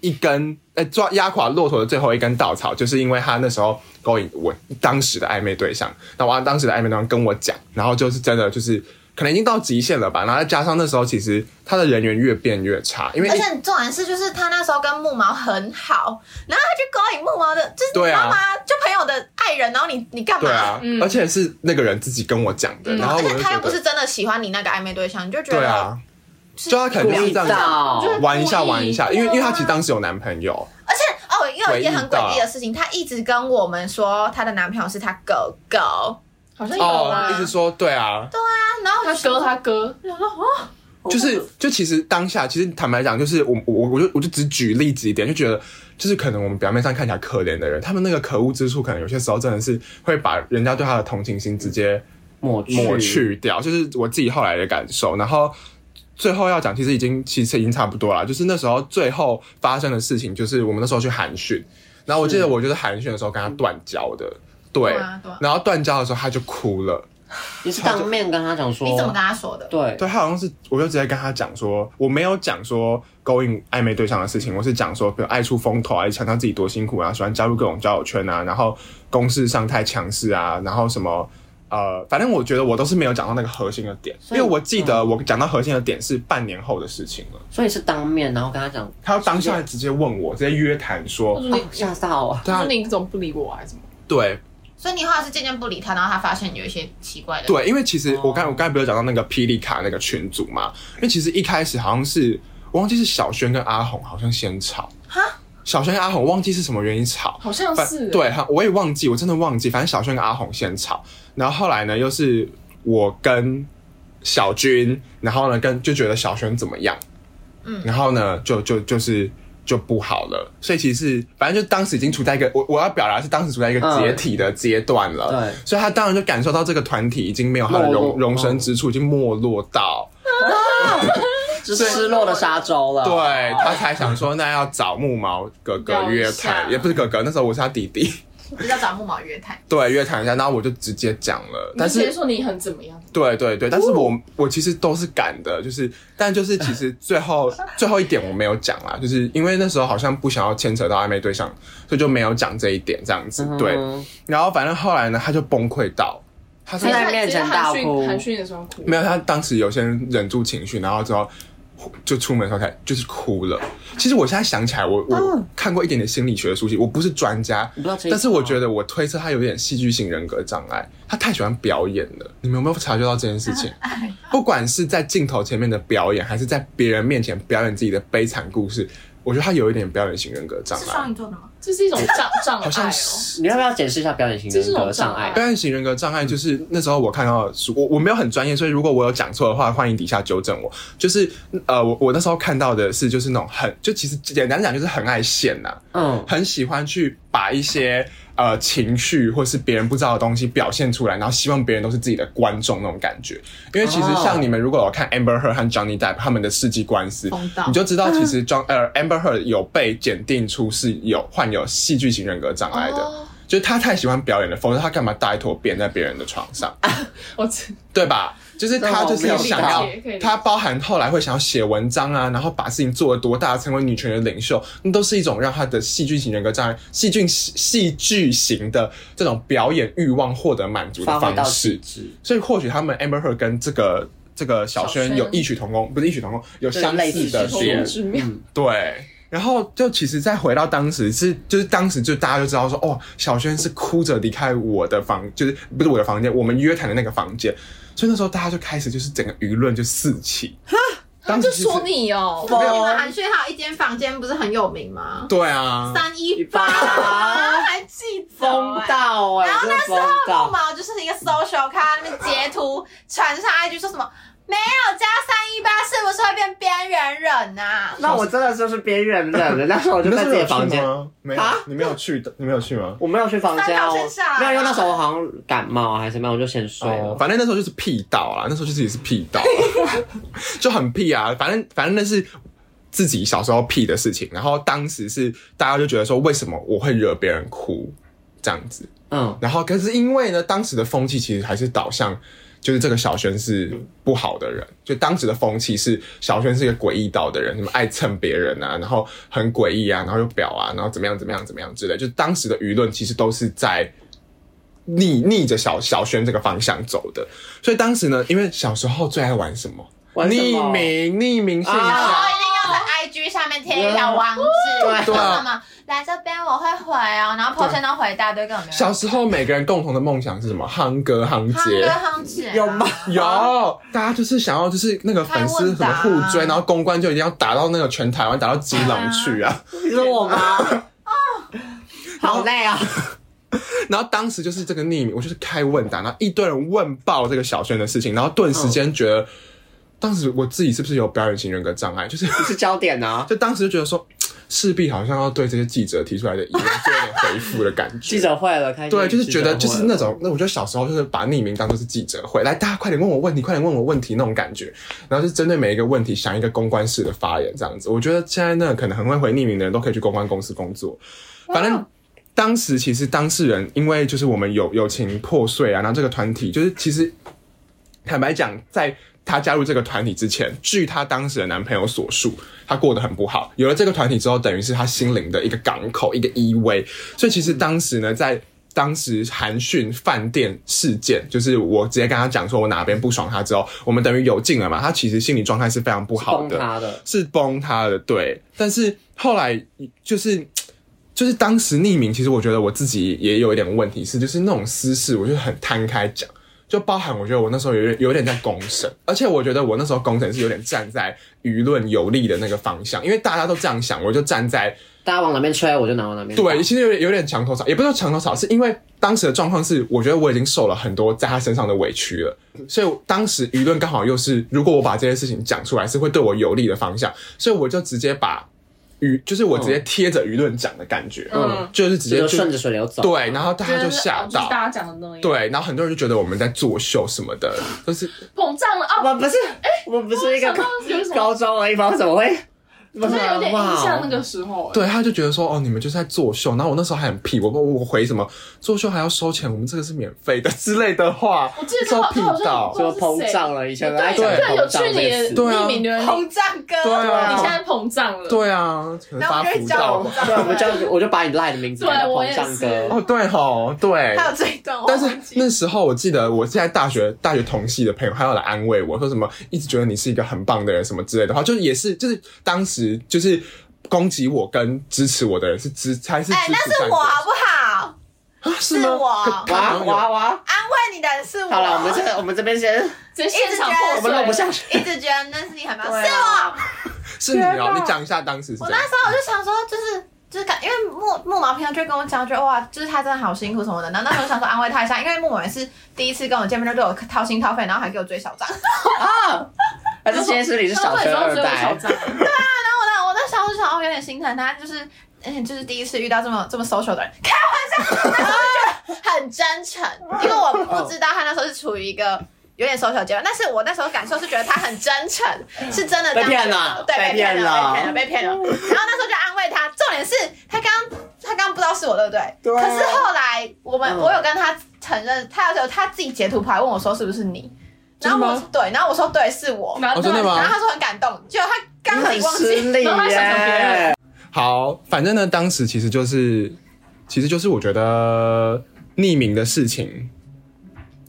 S4: 一根，哎、抓压垮骆驼的最后一根稻草，就是因为他那时候勾引我当时的暧昧对象，那我当时的暧昧对象跟我讲，然后就是真的就是可能已经到极限了吧，然后再加上那时候其实他的人缘越变越差，因为
S2: 而
S4: 一
S2: 且重点是，就是他那时候跟木毛很好，然后他去勾引木毛的，就是你
S4: 对
S2: 知
S4: 啊
S2: 道吗？就朋友的爱人，然后你你干嘛？
S4: 对啊、
S3: 嗯
S4: 而且是那个人自己跟我讲的，
S3: 嗯
S4: 然后
S2: 而
S4: 我
S2: 且
S4: 就
S2: 他又
S4: 觉
S2: 不是
S4: 得
S2: 真的喜欢你那个暧昧对象，你就觉得
S4: 对啊，
S2: 是
S4: 就他可能
S1: 故
S4: 是
S1: 意
S4: 这样子
S1: 到
S3: 就是
S4: 玩一下
S3: 故意
S4: 玩一下，因为因
S2: 对啊
S4: 为他其实当时有男朋友，
S2: 而且哦，又有一件很诡
S4: 诡
S2: 异
S4: 异
S2: 的
S4: 到
S2: 事情，她一直跟我们说她的男朋友是她狗狗，
S3: 好像有
S4: 哦，
S3: 啊
S4: 一，直说对啊，
S2: 啊然后我哦
S3: 他
S2: 就
S3: 哥他哥，
S4: 就是就其实当下，其实坦白讲，就是我我我就我就只举例子一点，就觉得就是可能我们表面上看起来可怜的人，他们那个可恶之处，可能有些时候真的是会把人家对他的同情心直接
S1: 抹
S4: 抹
S2: 嗯
S4: 去掉，就是我自己后来的感受。然后最后要讲，其实已经其实已经差不多了，就是那时候最后发生的事情，就是我们那时候去寒训，然后我记得我就是寒训的时候跟他断交的，对
S2: 对啊对啊，
S4: 然后断交的时候他就哭了。
S1: 你是当面跟他讲说，
S2: 你怎么跟他说的？
S1: 对，
S4: 对他好像是，我就直接跟他讲说，我没有讲说勾引暧昧对象的事情，我是讲说，比如爱出风头啊，强调自己多辛苦啊，喜欢加入各种交友圈啊，然后公事上太强势啊，然后什么呃，反正我觉得我都是没有讲到那个核心的点，因
S1: 以
S4: 为我记得我讲到核心的点是半年后的事情了。
S1: 所以是当面，然后跟他讲，
S4: 他当下直接问我，直接约谈
S3: 我
S4: 说，
S3: 说
S1: 哦
S3: 你，
S1: 吓到我，
S4: 对
S3: 我
S4: 啊
S3: 说，你怎么不理我啊还是什么？
S4: 对，
S2: 所以你后来是渐渐不理他，然后他发现有一些奇怪的，哦
S4: 对，因为其实我刚、我刚才不是有讲到那个霹雳卡那个群组嘛？因为其实一开始好像是我忘记是小轩跟阿红好像先吵，
S2: 哈，
S4: 小轩跟阿红忘记是什么原因吵，
S3: 好像
S4: 反
S3: 哦是，
S4: 对，哈我也忘记，我真的忘记，反正小轩跟阿红先吵，然后后来呢又是我跟小军，然后呢跟就觉得小轩怎么样，
S2: 嗯
S4: 然后呢就就就是。就不好了，所以其实反正就当时已经处在一个我我要表达是当时处在一个
S1: 嗯
S4: 解体的阶段了，
S1: 对，
S4: 所以他当然就感受到这个团体已经没有他的
S1: 没落
S4: 容容身之处，已经没落到，
S1: 是失落的沙洲了，
S4: 对他才想说，那要找木毛哥哥
S3: 聊一
S4: 约
S3: 下
S4: 谈，也不是哥哥，那时候我是他弟弟，
S2: 就要找木毛约谈。
S4: 对，约谈一下，然后我就直接讲了，
S3: 你
S4: 但
S3: 就直接
S4: 是
S3: 说你很怎么样？
S4: 对对对，
S1: 哦
S4: 但是我我其实都是敢的，就是，但就是其实最后最后一点我没有讲啦，就是因为那时候好像不想要牵扯到暧昧对象，所以就没有讲这一点这样子，
S1: 嗯，
S4: 对，然后反正后来呢，他就崩溃到，他说
S1: 他在面前大哭
S3: 直接寒训寒训的时候哭，
S4: 没有，他当时有些人忍住情绪，然后之后就出门的时候才就是哭了。其实我现在想起来，我我看过一点点心理学的书籍，我不是专家
S1: 嗯你不知道这一，
S4: 但是我觉得我推测他有点戏剧性人格障碍，他太喜欢表演了。你们有没有察觉到这件
S1: [LAUGHS]
S4: 事情？
S1: 哎
S4: 不管是在镜头前面的表演，还是在别人面前表演自己的悲惨故事，我觉得他有一点表演型人格障
S2: 是双
S1: 哦
S4: 碍。
S2: 鱼座的吗？
S3: 这是一种障障
S4: [LAUGHS] 好
S3: 碍
S4: 像
S3: 哦。
S4: 是
S1: 你要不要解释一下表演型人格障碍
S3: 这是种障碍？
S4: 表演型人格障碍就是那时候我看到的书，我我没有很专业，所以如果我有讲错的话，欢迎底下纠正我。就是呃，我我那时候看到的是就是那种很就其实简单讲就是很爱现呐、
S1: 嗯，
S4: 很喜欢去把一些呃情绪或是别人不知道的东西表现出来，然后希望别人都是自己的观众那种感觉。因为其实
S1: 哦
S4: 像你们如果有看 Amber Heard 和 Johnny Depp 他们的世纪官司
S2: 疯到，
S4: 你就知道其实 John 呃 Amber Heard 有被检定出是有患有戏剧型人格障碍的。
S3: 哦
S4: 就是他太喜欢表演了，否则他干嘛搭一坨便在别人的床上，
S3: 我知
S4: 对吧？就是他就是想要
S3: 可以理解可以理，解
S4: 他包含后来会想要写文章啊，然后把事情做得多大，成为女权的领袖，那都是一种让他的戏剧型人格障碍、戏剧戏剧型的这种表演欲望获得满足
S1: 发
S4: 的
S1: 挥到
S4: 方
S1: 极
S4: 式。
S1: 致，
S4: 所以或许他们 Amber Heard 跟这个这个小
S3: 小
S4: 轩
S3: 轩
S4: 有异曲同工，不是异曲同工，有
S1: 对
S4: 相
S1: 类
S4: 似
S1: 似
S4: 的
S1: 之处
S4: 点
S3: 同。之妙。
S4: 对，然后就其实再回到当时是，就是当时就大家就知道说，哦，小轩是哭着离开我的房，就是不是我的房间，我们约谈的那个房间，所以那时候大家就开始就是整个舆论就四起，
S3: [LAUGHS] 他
S4: 当
S3: 就
S4: 时其实
S3: 说你哦，
S2: 不是你们韩炫浩一间房间不是很有名吗？
S4: 对啊，
S2: 三一八，
S1: 118
S2: 还记得
S1: 疯
S2: 欸
S1: 到哎、
S2: 然后
S1: 真的
S2: 那时
S1: 疯
S2: 候木
S1: 到，
S2: 毛就是一个 social 咖，那边截图传上 IG 说什么没有加三一八是不是会变边缘人啊呐、
S1: 那我真的就是边缘人了。那时候我
S4: 你
S1: 就
S4: 那
S1: 在
S4: 时
S1: 自
S4: 候
S1: 己的
S3: [LAUGHS]
S4: 有去
S1: 房间，
S4: 吗？没有
S1: 啊，
S4: 你没有去的，你没有去吗？
S1: 我没有去房间
S2: 三
S1: 啊，
S2: 条线下来
S1: 我没有，因为那时候我好像感冒啊还是什么，我就先睡
S4: 哦
S1: 了。，
S4: 反正那时候就是屁道啊啦，那时候就是也是屁道
S1: [LAUGHS]
S4: 啊，就很屁啊。反正反正那是自己小时候屁的事情，然后当时是大家就觉得说，为什么我会惹别人哭这样子？
S1: 嗯，
S4: 然后可是因为呢，当时的风气其实还是导向。就是这个小轩是不好的人，就当时的风气是小轩是一个诡异到的人，什么爱蹭别人啊， [LAUGHS] 然后很诡异啊，然后又婊啊，然后怎么样怎么样怎么样之类，就当时的舆论其实都是在逆逆着小小轩这个方向走的。所以当时呢，因为小时候最爱玩什么？
S1: 玩什么
S4: 匿名匿名信
S2: 然
S4: 箱
S2: 后
S1: 啊，
S2: 一定要在 IG 上面贴一条网址，
S1: 对
S2: 说
S4: 对啊
S2: 什么来这边我会回哦，然后 po 圈都回一大堆，根本没人。
S4: 小时候每个人共同的梦想是什么？夯哥夯
S2: 夯
S4: 姐
S2: 哥。夯姐啊
S1: [LAUGHS] 有吗？
S4: 有，大家就是想要，就是那个粉丝什么互
S2: 开问答
S4: 追，
S2: 啊
S4: 然后公关就一定要打到那个全台湾，打到基隆去啊。
S1: 你说我吗？哦好累啊！
S4: [LAUGHS] 然后当时就是这个匿名，我就是开问答，然后一堆人问爆这个小轩的事情，然后顿时间觉得，当时我自己是不是有表演型人格障碍？ [LAUGHS] [LAUGHS] 就是，
S1: 你是焦点啊
S4: 就当时就觉得说，势必好像要对这些记者提出来的疑问做一点回复的感觉。
S1: 记者会了，开心
S4: 对，就是觉得就是那
S1: 记者
S4: 种，那我觉得小时候就是把匿名当做是记者会，来大家快点问我问题，快点问我问题那种感觉，然后就针对每一个问题想一个公关式的发言这样子。我觉得现在那可能很会回匿名的人都可以去公关公司工作，反正。当时其实当事人，因为就是我们友友情破碎啊，然后这个团体就是其实坦白讲，在她加入这个团体之前，据她当时的男朋友所述，她过得很不好。有了这个团体之后，等于是她心灵的一个港口，一个依偎。所以其实当时呢，在当时韩讯饭店事件，就是我直接跟她讲说我哪边不爽她之后，我们等于有劲了嘛。她其实心理状态是非常不
S1: 会
S4: 好
S1: 崩
S4: 的，
S1: 塌的，
S4: 是崩塌的，对。但是后来就是就是当时匿名，其实我觉得我自己也有一点问题是，就是那种私事，我就很摊开讲，就包含我觉得我那时候有点有点在公审，而且我觉得我那时候公审是有点站在舆论有利的那个方向，因为大家都这样想，我就站在
S1: 大家往哪边吹，我就拿往哪边打。
S3: 嗯
S4: 对，其实有点有点墙头草，也不是说墙头草，是因为当时的状况是，我觉得我已经受了很多在他身上的委屈了，所以当时舆论刚好又是，如果我把这些事情讲出来，是会对我有利的方向，所以我就直接把舆，就是我直接贴着舆论讲的感觉，
S3: 嗯
S4: 就是直接
S1: 就
S4: 就是
S1: 顺着水流走。
S4: 对，然后大家就
S3: 就是
S4: 吓
S3: 哦就是
S4: 到，
S3: 大家讲的那样，，
S4: 对，然后很多人就觉得我们在作秀什么的，就是
S3: 膨胀了
S1: 我
S3: 啊，
S1: 们不是，我们不是一个
S3: 我想到有什么
S1: 高中而已吗？怎么会？怎么
S3: 好
S1: 会
S3: 像有点印象
S1: 哇
S3: 那个时候，哎，
S4: 对，他就觉得说哦，你们就是在作秀，然后我那时候还很屁，我我我回什么作秀还要收钱，我们这个是免费的之类的话，
S3: 我记得
S4: 超
S3: 他
S4: 屁
S3: 他好像
S4: 到。
S1: 什么膨胀了？以前
S3: 对对，有去你的
S4: 对啊
S3: 匿名留言，
S2: 膨胀哥，
S4: 对啊
S3: 你现在膨胀了，
S4: 对啊，可能发福到吧。
S1: 对，我们就我就把你赖的名字
S3: 对
S1: 改成
S3: 我也
S1: 膨胀
S3: 是
S1: 哥。
S4: 哦，对吼，对。
S2: 还有这一段我
S4: 但是
S2: 忘记，
S4: 那时候我记得我现在大学大学同系的朋友，还要来安慰我说什么，一直觉得你是一个很棒的人什么之类的话，就是也是就是当时就是攻击我跟支持我的人是支才是支
S2: 哎、
S4: 持
S2: 那
S4: 战
S2: 是
S4: 斗
S2: 我好不好？
S4: 啊
S2: 是
S4: 是吗？
S2: 我
S4: 可 [LAUGHS] 他
S1: 哇
S4: 好像有
S1: 哇哇！
S2: 安慰你的人是我。
S1: 好了，我们这我们这边先，
S3: 直接现场
S2: 一
S3: 破
S2: 直
S1: 我
S3: 碎
S1: 们
S3: 了，
S1: 录不下去。
S2: 一直觉得那是你很棒，是
S1: 对
S2: 我
S1: 啊。
S4: 是你
S1: 天
S4: 哦，
S1: 哪
S4: 你讲一下当时是
S2: 我
S4: 怎
S2: 那
S4: 样
S2: 时候我就想说，就是就是感，因为木木毛平常就跟我讲，觉得哇，就是他真的好辛苦什么的。然后那时候想说安慰他一下，因为木毛也是第一次跟我见面，就对我掏心掏肺，然后还给我追小账。
S1: 啊还是先是你是
S3: 他
S1: 小
S3: 们
S1: 学
S3: 那
S1: 二
S3: 时候只有小
S1: 代，
S3: 张，
S2: 啊然后我那我那时候就想，哦，有点心疼他，就是嗯，就是第一次遇到这么这么 social 的人，开玩笑，那时候就觉得很真诚，因为我不知道他那时候是处于一个。有点 social 阶段，但是我那时候感受是觉得他很真诚，是真的这样
S1: 被骗
S2: 觉得
S1: 了
S2: 对，被
S1: 被骗
S2: 骗了，
S1: 了
S2: 被骗了，被骗了。然后那时候就安慰他，重点是他刚他刚不知道是我，对不对？
S1: 对啊
S2: 可是后来我们、
S1: 嗯
S2: 我有跟他承认，他有他自己截图牌问我说是不是你，然后
S4: 真的
S2: 我
S4: 吗
S2: 说对，然后我说对是我，
S3: 然后
S4: 哦真的吗
S2: 然后他说很感动，结果他刚自
S1: 你很
S2: 己忘记
S1: 失礼
S3: 然后还想成别
S1: 耶
S3: 人。
S4: 好，反正呢，当时其实就是，其实就是我觉得匿名的事情，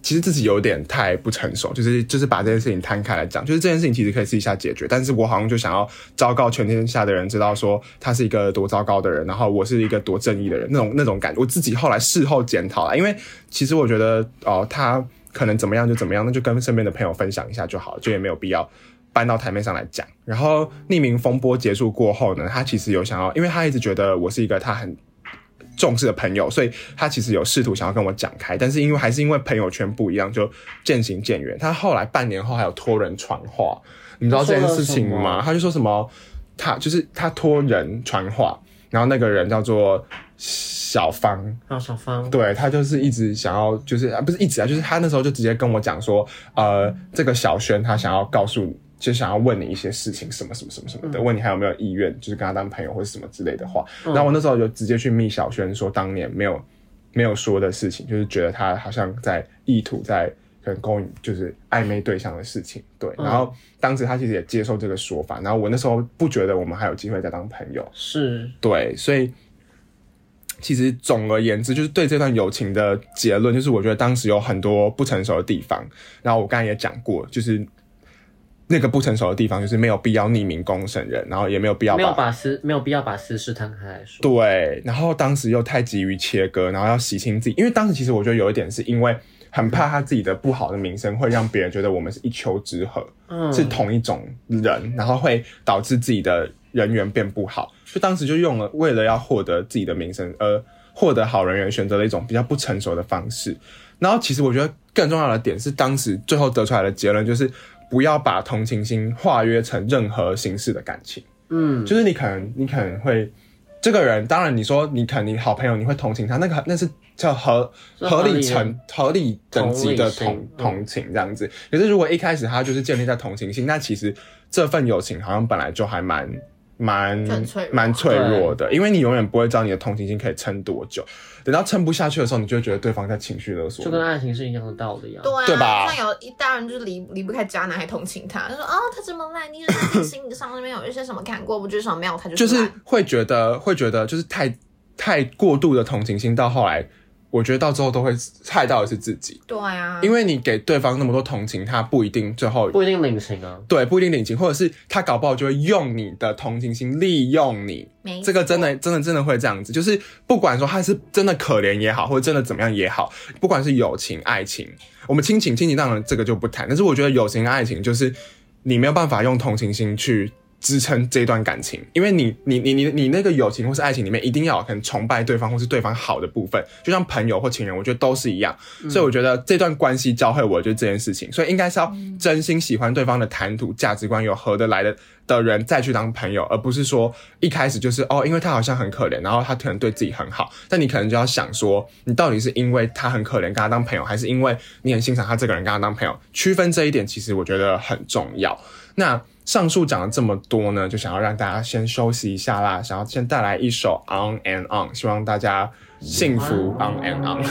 S4: 其实自己有点太不成熟，就是就是把这件事情摊开来讲，就是这件事情其实可以私底下解决，但是我好像就想要昭告全天下的人知道说他是一个多糟糕的人，然后我是一个多正义的人，那种那种感觉，我自己后来事后检讨了，因为其实我觉得哦、他可能怎么样就怎么样，那就跟身边的朋友分享一下就好了，就也没有必要。搬到台面上来讲。然后匿名风波结束过后呢，他其实有想要，因为他一直觉得我是一个他很重视的朋友，所以他其实有试图想要跟我讲开，但是因为还是因为朋友圈不一样，就渐行渐远。他后来半年后还有托人传话，你知道这件事情
S1: 他说了什
S4: 吗
S1: 么？
S4: 他就说什么，他就是他托人传话，然后那个人叫做小芳，
S1: 还有小芳，
S4: 对他就是一直想要，就是啊不是一直啊，就是他那时候就直接跟我讲说，呃，这个小轩他想要告诉你，就想要问你一些事情，什么什么什么什么的，问你还有没有意愿，就是跟他当朋友或者什么之类的话。
S1: 嗯
S4: 然后我那时候就直接去密小轩说，当年没有没有说的事情，就是觉得他好像在意图在。可能勾引就是暧昧对象的事情，对。
S1: 嗯
S4: 然后当时他其实也接受这个说法，然后我那时候不觉得我们还有机会再当朋友，
S1: 是
S4: 对，所以其实总而言之，就是对这段友情的结论，就是我觉得当时有很多不成熟的地方。然后我刚才也讲过，就是那个不成熟的地方，就是没有必要匿名公审人，然后也没有必要
S1: 没有把私没有必要把私事摊开来说。
S4: 对，然后当时又太急于切割，然后要洗清自己，因为当时其实我觉得有一点是因为很怕他自己的不好的名声会让别人觉得我们是一丘之貉。
S1: 嗯，
S4: 是同一种人，然后会导致自己的人缘变不好。就当时就用了为了要获得自己的名声，而获得好人缘，选择了一种比较不成熟的方式。然后其实我觉得更重要的点是，当时最后得出来的结论就是。不要把同情心化约成任何形式的感情，
S1: 嗯，
S4: 就是你可能你可能会，这个人当然你说你肯定好朋友你会同情他，那个那是叫合
S1: 是
S4: 合
S1: 合理
S4: 理
S1: 的
S4: 程合理等级的
S1: 同理
S4: 同
S1: 心嗯
S4: 同情这样子。可是如果一开始他就是建立在同情心，那其实这份友情好像本来就还蛮蛮
S2: 就很脆弱
S4: 蛮脆弱的，因为你永远不会知道你的同情心可以撑多久。等到撑不下去的时候，你就会觉得对方在情绪勒索
S1: 就
S4: 你。
S1: 跟爱情是一样的道理啊。
S2: 对啊，
S4: 对吧
S2: 像有一大人就是离离不开渣男，还同情他，他说哦，他这么烂，你就是心理上那边有一些什么看过不知什么没有，他就
S4: 就是是
S2: 烂
S4: 会觉得会觉得就是太太过度的同情心，到后来我觉得到最后都会害到的是自己，
S2: 对啊，
S4: 因
S2: 为
S4: 为你给对方那么多同情，他不一定最后
S1: 不一定领情啊。
S4: 对不一定领情，或者是他搞不好就会用你的同情心利用你，
S2: 没
S4: 这个真
S2: 错
S4: 的真的真的会这样子，就是不管说他是真的可怜也好，或者真的怎么样也好，不管是友情、爱情，我们亲情、亲情当然这个就不谈，但是我觉得友情、爱情就是你没有办法用同情心去支撑这段感情，因为你你你你你那个友情或是爱情里面一定要有很崇拜对方或是对方好的部分，就像朋友或情人，我觉得都是一样，嗯所以我觉得这段关系教会我就是这件事情，所以应该是要真心喜欢对方的谈吐、价值观有合得来的的人再去当朋友，而不是说一开始就是哦，因为他好像很可怜，然后他可能对自己很好，但你可能就要想说，你到底是因为他很可怜跟他当朋友，还是因为你很欣赏他这个人跟他当朋友？区分这一点其实我觉得很重要。那上述讲了这么多呢，就想要让大家先休息一下啦，想要先带来一首《On and On》，希望大家幸福 On and On。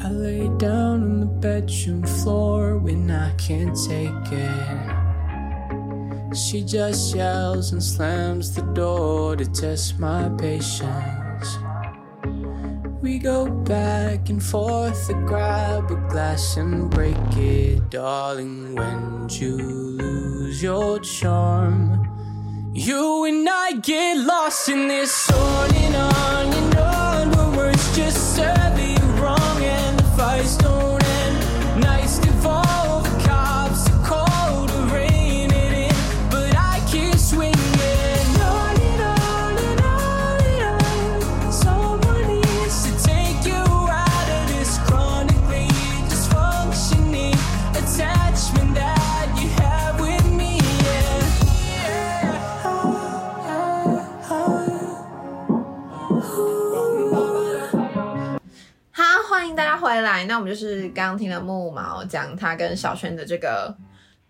S5: I lay down on the bedroom floor when I can't take it. She just yells and slams the door to test my patience. We go back and forth to grab a glass and break it, darling. When you lose your charm, you and I get lost in this on and on and on When words just serve you wrong and the fights don't end Nights devolve, the cops are cold, the rain it in But I keep swinging on and on and on and on Someone needs to take you out of this chronically dysfunctioning Attachment that you have with me, yeah. Ooh.
S2: 好，欢迎大家回来。那我们就是刚刚听了木毛讲他跟小轩的这个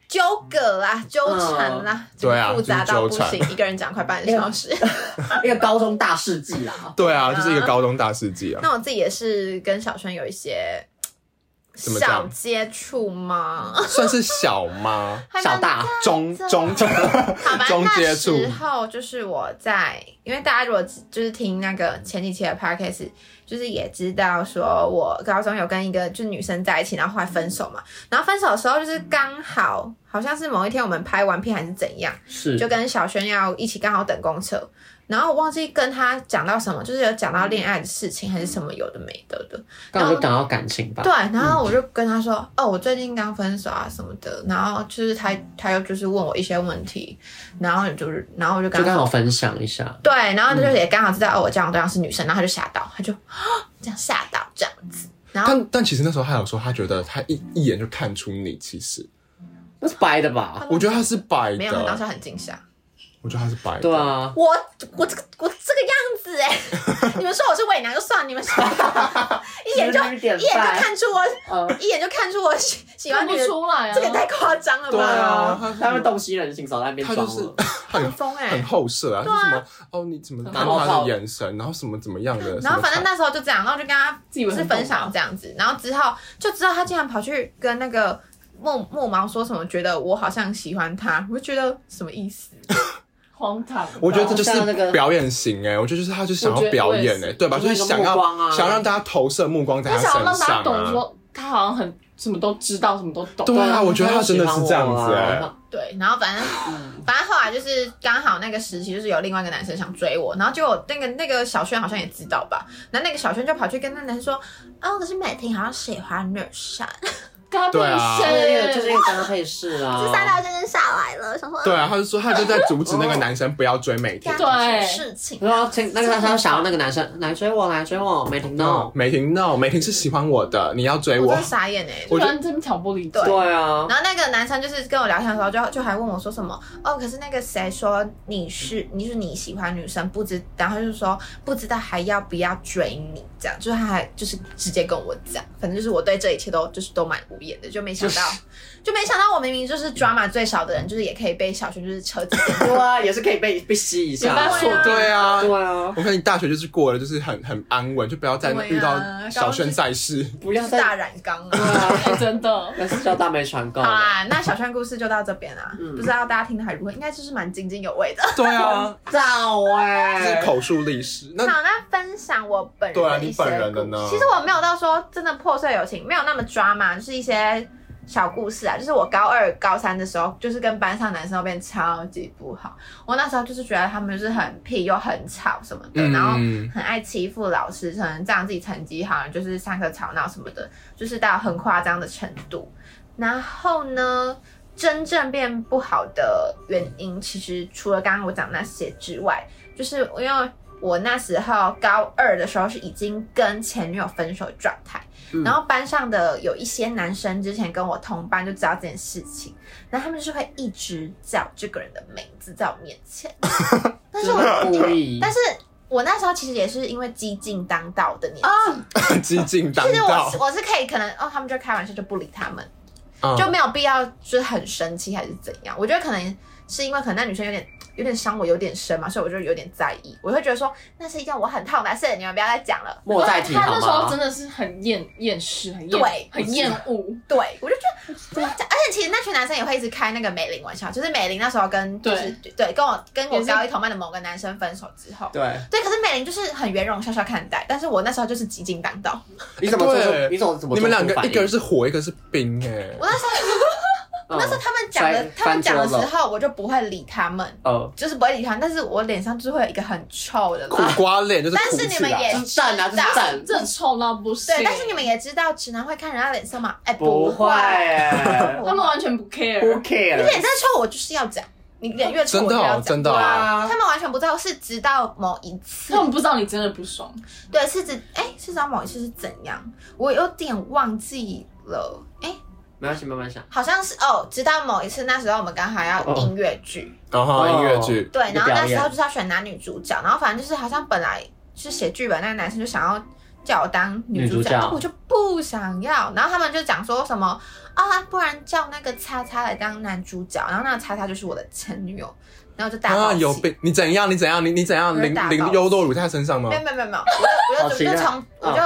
S2: 纠葛啦、纠缠啦，这个
S4: 对啊
S2: 复杂到不
S4: 就是纠啊
S2: 行，一个人讲快半个小时。
S1: 一个高中大事记啦。
S4: 对啊，就是一个高中大世纪啊。
S2: [LAUGHS] 那我自己也是跟小轩有一些
S4: 么讲
S2: 小接触吗？
S4: 算是小吗？啊
S2: 还蛮
S1: 小大，
S4: 中 [LAUGHS] 中
S2: 好吧，
S4: 中
S2: 那
S4: 接触
S2: 时候就是我在，因为大家如果就是听那个前几期的 podcast，就是也知道说我高中有跟一个就是女生在一起，然后后来分手嘛。然后分手的时候就是刚好好像是某一天我们拍完片还是怎样，
S1: 是
S2: 就跟小轩要一起刚好等公车，然后我忘记跟他讲到什么，就是有讲到恋爱的事情还是什么有的没的的。
S1: 刚好就讲到感情吧。
S2: 对，然
S4: 嗯
S2: 后我就跟他说，哦，我最近刚分手啊什么的，然后就是他他又就是问我一些问题，然后就是然后我就跟
S1: 就
S2: 他
S1: 刚
S2: 说
S1: 好分享一下。
S2: 对，然后他
S4: 嗯
S2: 就也刚好知道、哦，我交往对象是女生，然后他就吓到，他就啊这样吓到这样子，然后
S4: 但但其实那时候他有说，他觉得他一一眼就看出你，其实
S1: 那是白的吧？
S4: 我觉得他是白
S2: 没有，他当时
S4: 的，
S2: 很惊吓，
S4: 我觉得他是白的。
S1: 对，啊，
S2: 我我这个我这个样子哎、
S4: [LAUGHS]
S2: 你们说我是伪娘就算，你们说一眼就
S1: 有
S2: 一
S1: 点
S2: 眼就
S1: 败
S2: 看出我
S1: 呃，
S2: 一眼就看出我喜喜欢
S3: 嗯看不
S2: 女的，
S3: 出来啊，
S2: 这个也太夸张了吧？
S4: 对啊，他
S1: 他们洞悉人性，少在那边
S4: 他
S1: 装
S4: 就是
S1: 了。
S4: [LAUGHS] 很
S2: 很疯哎、
S4: 很后设啊，就是什么哦，你怎么看
S1: 很
S4: 他
S1: 好
S4: 的眼神，然后什么怎么样的，
S2: 然后反正
S4: 什么
S2: 那时候就这样，然后就跟他
S1: 自以为
S2: 是
S1: 很
S2: 分享这样子，然后之后就知道他竟然跑去跟那个木木毛说什么，觉得我好像喜欢他，我就觉得什么意思？
S3: 荒唐吧。
S4: 我觉得这就
S1: 像那
S4: 是
S1: 个
S4: 表演型哎、我觉得就是他就是想
S3: 我觉
S4: 要
S3: 得
S4: 表
S3: 我
S4: 演哎、
S3: 也是
S4: 对吧？就
S1: 就是是
S4: 想
S1: 那
S4: 要、
S1: 个目光啊
S4: 想要让大家投射目光在
S3: 他
S4: 身
S3: 想要让大
S4: 上
S3: 家懂
S4: 啊。
S3: 说，他好像很什么都知道，什么都懂。
S4: 对啊，我觉得他真的是这
S1: 喜欢
S4: 样子
S1: 我
S4: 哎、
S1: 啊
S2: 对，然后反正
S4: 嗯
S2: 反正后来就是刚好那个时期，就是有另外一个男生想追我，然后结果那个那个小轩好像也知道吧，那那个小轩就跑去跟那男生说，啊，可是美婷好像喜欢女生，
S3: 他哎
S4: 对啊
S1: 他就是一个就是
S3: 是
S1: 一个搭配式啊，
S2: 这三条真的下来了，想说
S4: 对啊，他就说他就在阻止那个男生不要追美婷
S2: 干。
S3: 对
S2: 什么事情啊
S1: 然后听那个他想要那个男生来追我，来追我，没听
S4: 哦
S1: 到。
S4: 美婷 no，美婷是喜欢我的，你要追
S2: 我
S4: 我
S2: 真的。傻眼哎、
S3: 突
S4: 我觉得
S3: 然这边挑拨离间，
S1: 对啊，，
S2: 然后那个男生就是跟我聊天的时候就，就还问我说什么哦，可是那个谁说你是你是你喜欢女生，不知，然后就是说不知道还要不要追你这样，就是他还就是直接跟我讲，反正就是我对这一切都就是都蛮无言的，就没想到，就没想到我明明就是 drama 最少的人，就是也可以被小熊就是扯几件
S1: [LAUGHS] 对啊，也是可以被被吸一下
S3: 没办法
S1: 啊。
S3: 锁定
S4: 对啊，
S1: 对啊，
S4: 我看你大学就是过了，就是很很安稳，就不要再
S2: 对啊
S4: 遇到小轩在世。
S1: 不
S2: 就
S1: 要
S2: 是
S1: 再
S2: 大染缸
S1: 对
S2: 啊。
S1: 啊，
S3: 哎真的。
S1: 那是叫大美传
S2: [LAUGHS]
S1: 告
S2: 好。啦，那小轩故事就到这边啦，
S1: 嗯
S2: 不知道大家听的还如何，应该就是蛮津津有味的。
S4: [LAUGHS] 对啊，
S1: 造
S4: 这
S1: 哎
S4: 是口述历史。那
S2: 好，那分享我本人
S4: 对啊
S2: 的一
S4: 你
S2: 些
S4: 本人的
S2: 故
S4: 呢
S2: 事其实我没有到说真的破碎友情，没有那么抓嘛，就是一些小故事啊。就是我高二、高三的时候，就是跟班上男生都变超级不好。我那时候就是觉得他们就是很屁又很吵什么的，
S4: 嗯
S2: 然后很爱欺负老师，可能这样自己成绩好，就是上课吵闹什么的，就是到很夸张的程度。然后呢，真正变不好的原因，其实除了刚刚我讲那些之外，就是因为我那时候高二的时候是已经跟前女友分手的状态，
S1: 嗯
S2: 然后班上的有一些男生之前跟我同班就知道这件事情，然后他们就是会一直叫这个人的名字在我面前，但是我
S1: 故意，
S2: 但是我那时候其实也是因为激进当道的年纪，
S3: 哦
S4: 激进当
S2: 其实我
S4: 道
S2: 是，我是可以可能哦，他们就开玩笑就不理他们。
S4: 嗯
S2: 就没有必要就是很生气还是怎样。我觉得可能是因为可能那女生有点有点伤我有点深嘛，所以我就有点在意。我会觉得说那是一件我很痛的事，你们不要再讲了。
S1: 莫再提
S3: 他
S1: 好
S3: 那时候真
S1: 吗？
S3: 的是很厌厌世，很
S2: 对
S3: 厌，很厌恶。
S2: 对，我就觉得不要讲，而且其实那群男生也会一直开那个美玲玩笑，就是美玲那时候跟就是对跟我跟我
S3: 也是
S2: 高一同班的某个男生分手之后。
S1: 对，
S2: 对，可是美玲就是很圆融笑笑看待，但是我那时候就是激进当道，
S1: 你怎么做出
S4: 哎对？
S1: 你怎么怎么？
S4: 你们两个，一个是火，一个是冰哎、
S2: 我那时候
S1: 嗯，
S2: 那时候他们讲的
S1: 摔
S2: 他们讲的
S1: 翻桌
S2: 时
S1: 了
S2: 候，我就不会理他们，
S1: 呃，
S2: 就是不会理他们，但是我脸上就是会有一个很臭的
S4: 苦
S2: 辣
S4: 瓜脸就是
S2: 但
S4: 苦
S2: 是你
S4: 起
S2: 们
S1: 就
S2: 也
S4: 来。
S1: 是赞啊，
S2: 知
S1: 这是
S2: 道
S1: 赞，
S3: 这臭到不行。
S2: 对，但是你们也知道，直男会看人家脸色吗？哎、
S1: 不会
S2: 会，
S1: 欸，
S3: 他们完全不
S1: 不
S3: care，
S2: 你
S1: care，
S2: 脸再臭，我就是要讲，你脸越臭，
S4: 真
S2: 我就
S4: 的
S2: 要
S4: 哦，
S2: 讲。啊
S4: 真的哦，
S2: 他们完全不知道，是直到某一次
S3: [LAUGHS] 他，们不知道你真的不爽。
S2: 对，是直哎、是直到某一次是怎样？我有点忘记了，哎、
S1: 没关系，慢慢想。
S2: 好像是哦，直到某一次，那时候我们刚好要
S1: 哦
S2: 音乐剧，
S4: 然后音乐剧，
S2: 对，然后
S1: 表
S2: 那
S1: 演
S2: 时候就是要选男女主角，然后反正就是好像本来是写剧本，那个男生就想要叫我当女主角，
S1: 女主角
S2: 啊我就不想要。然后他们就讲说什么啊，不然叫那个叉叉来当男主角，然后那个叉叉就是我的前女友，然后就大
S4: 啊
S2: 爆气。
S4: 有病！你怎样？你怎样？你你怎样？
S2: 我是
S4: 零
S2: 大爆
S4: 零优酪乳在他身上吗
S2: 没？有没有没有没有，我就我
S1: 好
S2: 就
S1: 期
S2: 我
S1: 待
S2: 就从我
S1: 嗯
S2: 就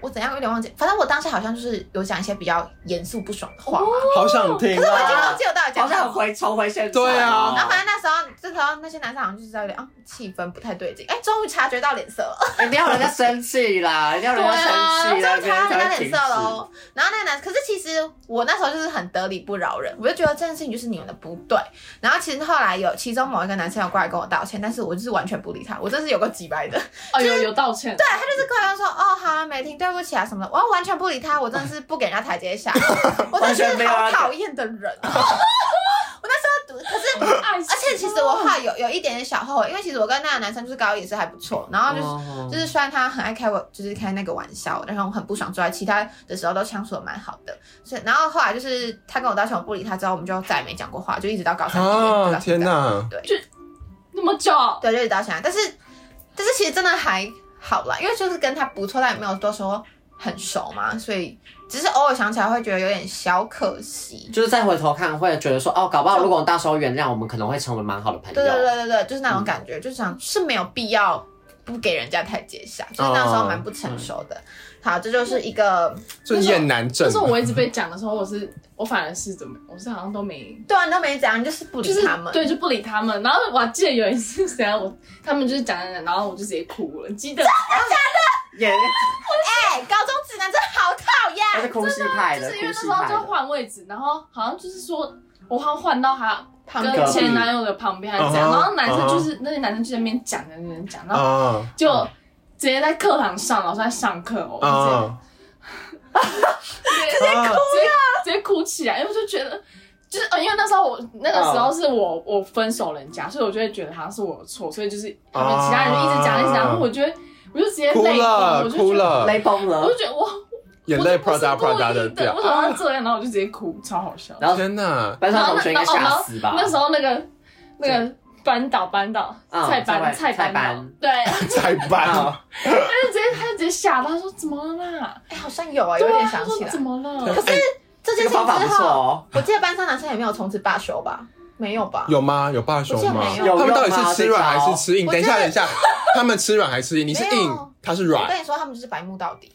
S2: 我怎样有点忘记，反正我当时好像就是有讲一些比较严肃不爽的话嘛，
S1: 哦
S4: 好想听
S2: 可是我已经
S4: 啊！
S2: 忘记我到底
S1: 好
S2: 讲什
S1: 想
S2: 么。
S1: 回重回现在哦。
S4: 对啊
S2: 然后反正那时候，这时候那些男生好像就知道有点啊气氛不太对劲，哎、终于察觉到脸色了。
S1: 一哎定要人家生气啦，一定要人家生气啦，
S2: 就
S1: 别
S2: 擦人家
S1: 人才会
S2: 脸
S1: 停
S2: 色
S1: 止。
S2: 喽。然后那个男，可是其实我那时候就是很得理不饶人，我就觉得这件事情就是你们的不对。然后其实后来有其中某一个男生有过来跟我道歉，但是我就是完全不理他，我真是有个几白的，
S3: 哦，有有道歉，对，
S2: 他就是跟我说哦好了没听对不起啊什么的，我完全不理他，我真的是不给人家台阶
S1: [LAUGHS]
S2: 下，我真的是好讨厌的人啊。我那时候可是。
S3: 爱情，啊
S2: 而且其实我后来有有一点点小后悔，因为其实我跟那个男生就是高一也是还不错，然后就是
S1: 哦
S2: 就是虽然他很爱开我，就是开那个玩笑，然后我很不爽之外，其他的时候都相处的蛮好的。所以，然后后来就是他跟我道歉，我不理他之后，我们就再也没讲过话，就一直到高三毕业。就
S4: 啊，
S2: 到现
S4: 天
S2: 在！
S4: 哪！
S3: 那么久，
S2: 对，就一直到现在。但是，但是其实真的还好啦，因为就是跟他不错，但也没有多说很熟嘛，所以只是偶尔想起来会觉得有点小可惜。
S1: 就是再回头看，会觉得说，哦，搞不好如果我们到时候原谅，我们可能会成为蛮好的朋友。
S2: 对对对对对，就是那
S4: 嗯
S2: 种感觉，就是想是没有必要不给人家台阶下，就是那时
S4: 哦
S2: 候蛮不成
S4: 嗯
S2: 熟的。好，这就是一个
S4: 这厌男症
S3: 但是，我一直被讲的时候，我是我反而是怎么，我是好像都没。
S2: 对啊，你都没讲，你就是不
S3: 就
S2: 理
S3: 是
S2: 他们。
S3: 对，就不理他们。然后我还记得有一次， [LAUGHS] 谁啊？我他们就是讲讲讲，然后我就直接哭了。记得
S1: 也，
S2: 哎、高中直男真的好讨
S1: 他
S2: 厌，
S1: 是哭戏派的，
S3: 啊就是因
S1: 哭
S3: 为那
S1: 戏
S3: 时候
S1: 派
S3: 就
S1: 的。
S3: 换位置，然后好像就是说，我好像换到他
S2: 旁
S3: 跟
S1: 隔壁
S3: 前男友的旁边还是怎样，
S4: 嗯哼
S3: 然后男生就是、那些男生就在那边讲，在那边讲，然后
S4: 啊
S3: 就直接在课堂上，老师在上课哦，我
S4: 啊！
S3: 就直接直接直接哭起来，因为我就觉得。就是呃，因为那时候我那个时候
S4: 啊
S3: 是我、我分手人家，所以我就会觉得好像是我的错，所以就是他们其他人就一直讲一直讲，然后我觉得我就直接
S4: 啊哭
S3: 泪我
S4: 了
S3: 就
S4: 哭
S3: 觉得
S4: 了
S1: 雷崩
S3: 我
S1: 了
S3: 就，觉得哇，
S4: 眼
S3: 我就
S4: 泪
S3: 不是
S4: prada
S3: 故意
S4: prada 的啊
S3: 的，
S4: 掉
S3: 为。什么要这样？然后我就直接哭，超好笑。
S1: 然后
S4: 天哪！
S1: 班上
S3: 然
S1: 同
S3: 后那
S1: 学应该
S3: 然
S1: 吓
S3: 后
S1: 死吧？
S3: 那时候那个那个班导班导
S4: 啊
S1: 嗯
S3: 蔡班
S1: 蔡
S3: 蔡
S1: 班
S3: 班导，对，他
S4: 才
S1: 啊
S4: 班，
S3: 就直接他就直接吓到，他说怎么了啦？
S2: 哎、好像有啊，
S3: 对
S2: 有
S3: 啊
S2: 点
S3: 他
S2: 想
S3: 说
S2: 起来
S3: 怎。么了？
S2: 可是这
S1: 这
S2: 件
S1: 个
S2: 事情
S1: 方法不
S2: 之
S1: 错
S2: 后，
S1: 哦。
S2: 我记得班上男生也没有从此罢休吧？没有吧？
S4: 有吗？有罢休吗
S2: 我？记得没
S1: 有
S4: 他们到底是吃软还是吃硬？
S2: 我
S4: 等
S2: 觉
S4: 一
S2: 得
S4: 下，等一下，他们吃软还是硬？你是
S2: 没
S4: 硬
S2: 有，
S4: 他是
S2: 我
S4: 软。
S2: 跟你说，他们就是白目到
S1: [LAUGHS]
S2: 底，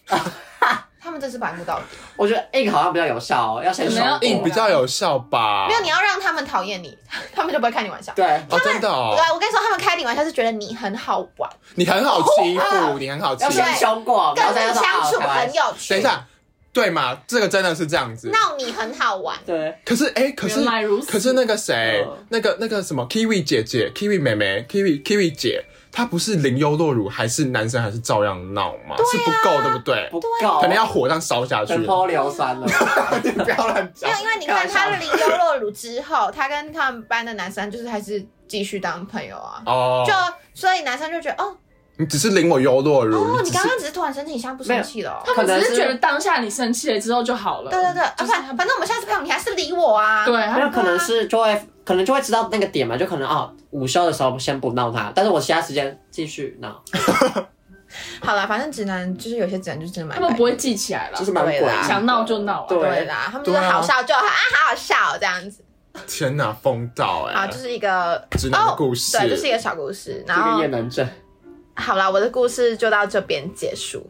S2: 他们真是白目到底。
S1: 我觉得硬好像比较有效哦，要先
S3: 可
S1: 熟
S3: 能要
S1: 过
S4: 硬比较有效吧？
S2: 没有，你要让他们讨厌你， [LAUGHS] 他们就不会开你玩笑。
S1: 对，
S4: 哦，真的
S2: 对
S4: 哦，
S2: 啊，我跟你说，他们开你玩笑是觉得你很好玩，
S4: 你很好欺负，你很好欺
S1: 要
S4: 负
S1: 先。凶过，然后
S2: 跟
S1: 再
S2: 你
S1: 说
S2: 相处
S1: 哦开玩
S2: 很
S1: 笑
S2: 有趣。
S4: 等一，下，对嘛？这个真的是这样子。
S2: 闹你很好玩。
S1: 对，啊
S4: 可是哎，可是
S3: 原来如此，
S4: 可是那个谁
S1: 嗯，
S4: 那个那个什么 Kiwi 姐姐，Kiwi 妹妹，Kiwi Kiwi 姐，她不是零优落乳，还是男生还是照样闹吗？
S2: 啊
S4: 是不够，对不对？
S1: 不
S3: 啊
S1: 够，
S4: 可能要火上烧下去。
S1: 全泼硫酸了。
S3: [LAUGHS]
S4: 你 [LAUGHS] 不要乱讲
S2: 没有，。因为你看他零优落乳之后，他跟他们班的男生就是还是继续当朋友啊。
S4: 哦，
S2: 就所以男生就觉得哦
S4: 你只是领我优落乳，
S2: 哦，
S4: 嗯只
S2: 你
S4: 是
S2: 刚刚只是突然生气，你现在不生气了哦、
S3: 他们只
S1: 可能是
S3: 是觉得当下你生气了之后就好了。
S2: 对对对，啊，
S3: 就是
S2: 反反正我们现在是朋友，你还是理我啊。
S3: 对，他
S1: 没有，可能是就会，可能就会知道那个点嘛，就可能哦，午休的时候先不闹他，但是我其他时间继续闹，
S2: 好了，反正直男就是有些直男就真的蛮
S3: 他们不
S2: 白
S3: 会记起来了
S1: 就，是蛮鬼的
S2: 对啦
S3: 想闹就闹啊。
S1: 对
S2: 对啦，他们就是
S4: 对啊
S2: 好笑就好啊，好好笑这样子
S4: 天哪，疯到哎、
S2: 啊，就是一个
S4: 直男的故事
S2: 哦对，就是一个小故事。然
S1: 这个
S2: 后
S1: 越南症。
S2: 好啦，我的故事就到这边结束。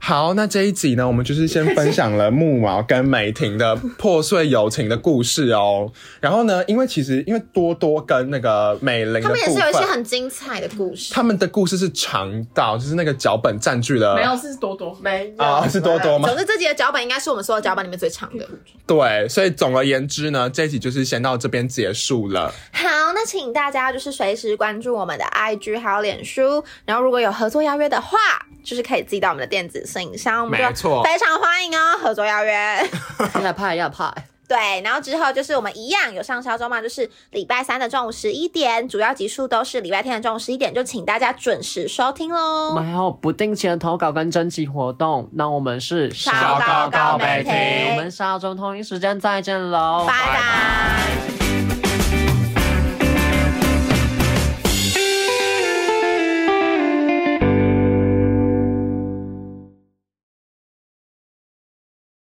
S4: 好，那这一集呢，我们就是先分享了木毛跟美婷的破碎友情的故事哦。然后呢，因为其实因为多多跟那个美玲的
S2: 他
S4: 部
S2: 们也是有一些
S4: 分，
S2: 很精彩的故事。
S4: 他们的故事是长到，就是那个脚本占据了
S3: 没有是多多，
S1: 没有
S4: 啊、是多多吗
S2: 总？之，这集的脚本应该是我们所有脚本里面最长的。
S4: 对，所以总而言之呢，这一集就是先到这边结束了。
S2: 好，那请大家就是随时关注我们的 IG 还有脸书，然后如果有合作邀约的话，就是可以寄到我们的电子信箱，我们就
S4: 没错
S2: 非常欢迎哦，合作邀约。
S1: [LAUGHS]
S2: [LAUGHS]
S1: 要怕要怕，
S2: 对，然后之后就是我们一样有上销周嘛，就是礼拜三的中午十一点，主要集数都是礼拜天的中午十一点，就请大家准时收听
S1: 我们
S2: 喽。
S1: 还有不定期的投稿跟征集活动，那我们是
S2: 小
S4: 高高
S2: 高
S4: 美
S2: 美
S4: 婷
S2: 婷
S1: 我们下周同一时间再见喽，
S2: 拜拜。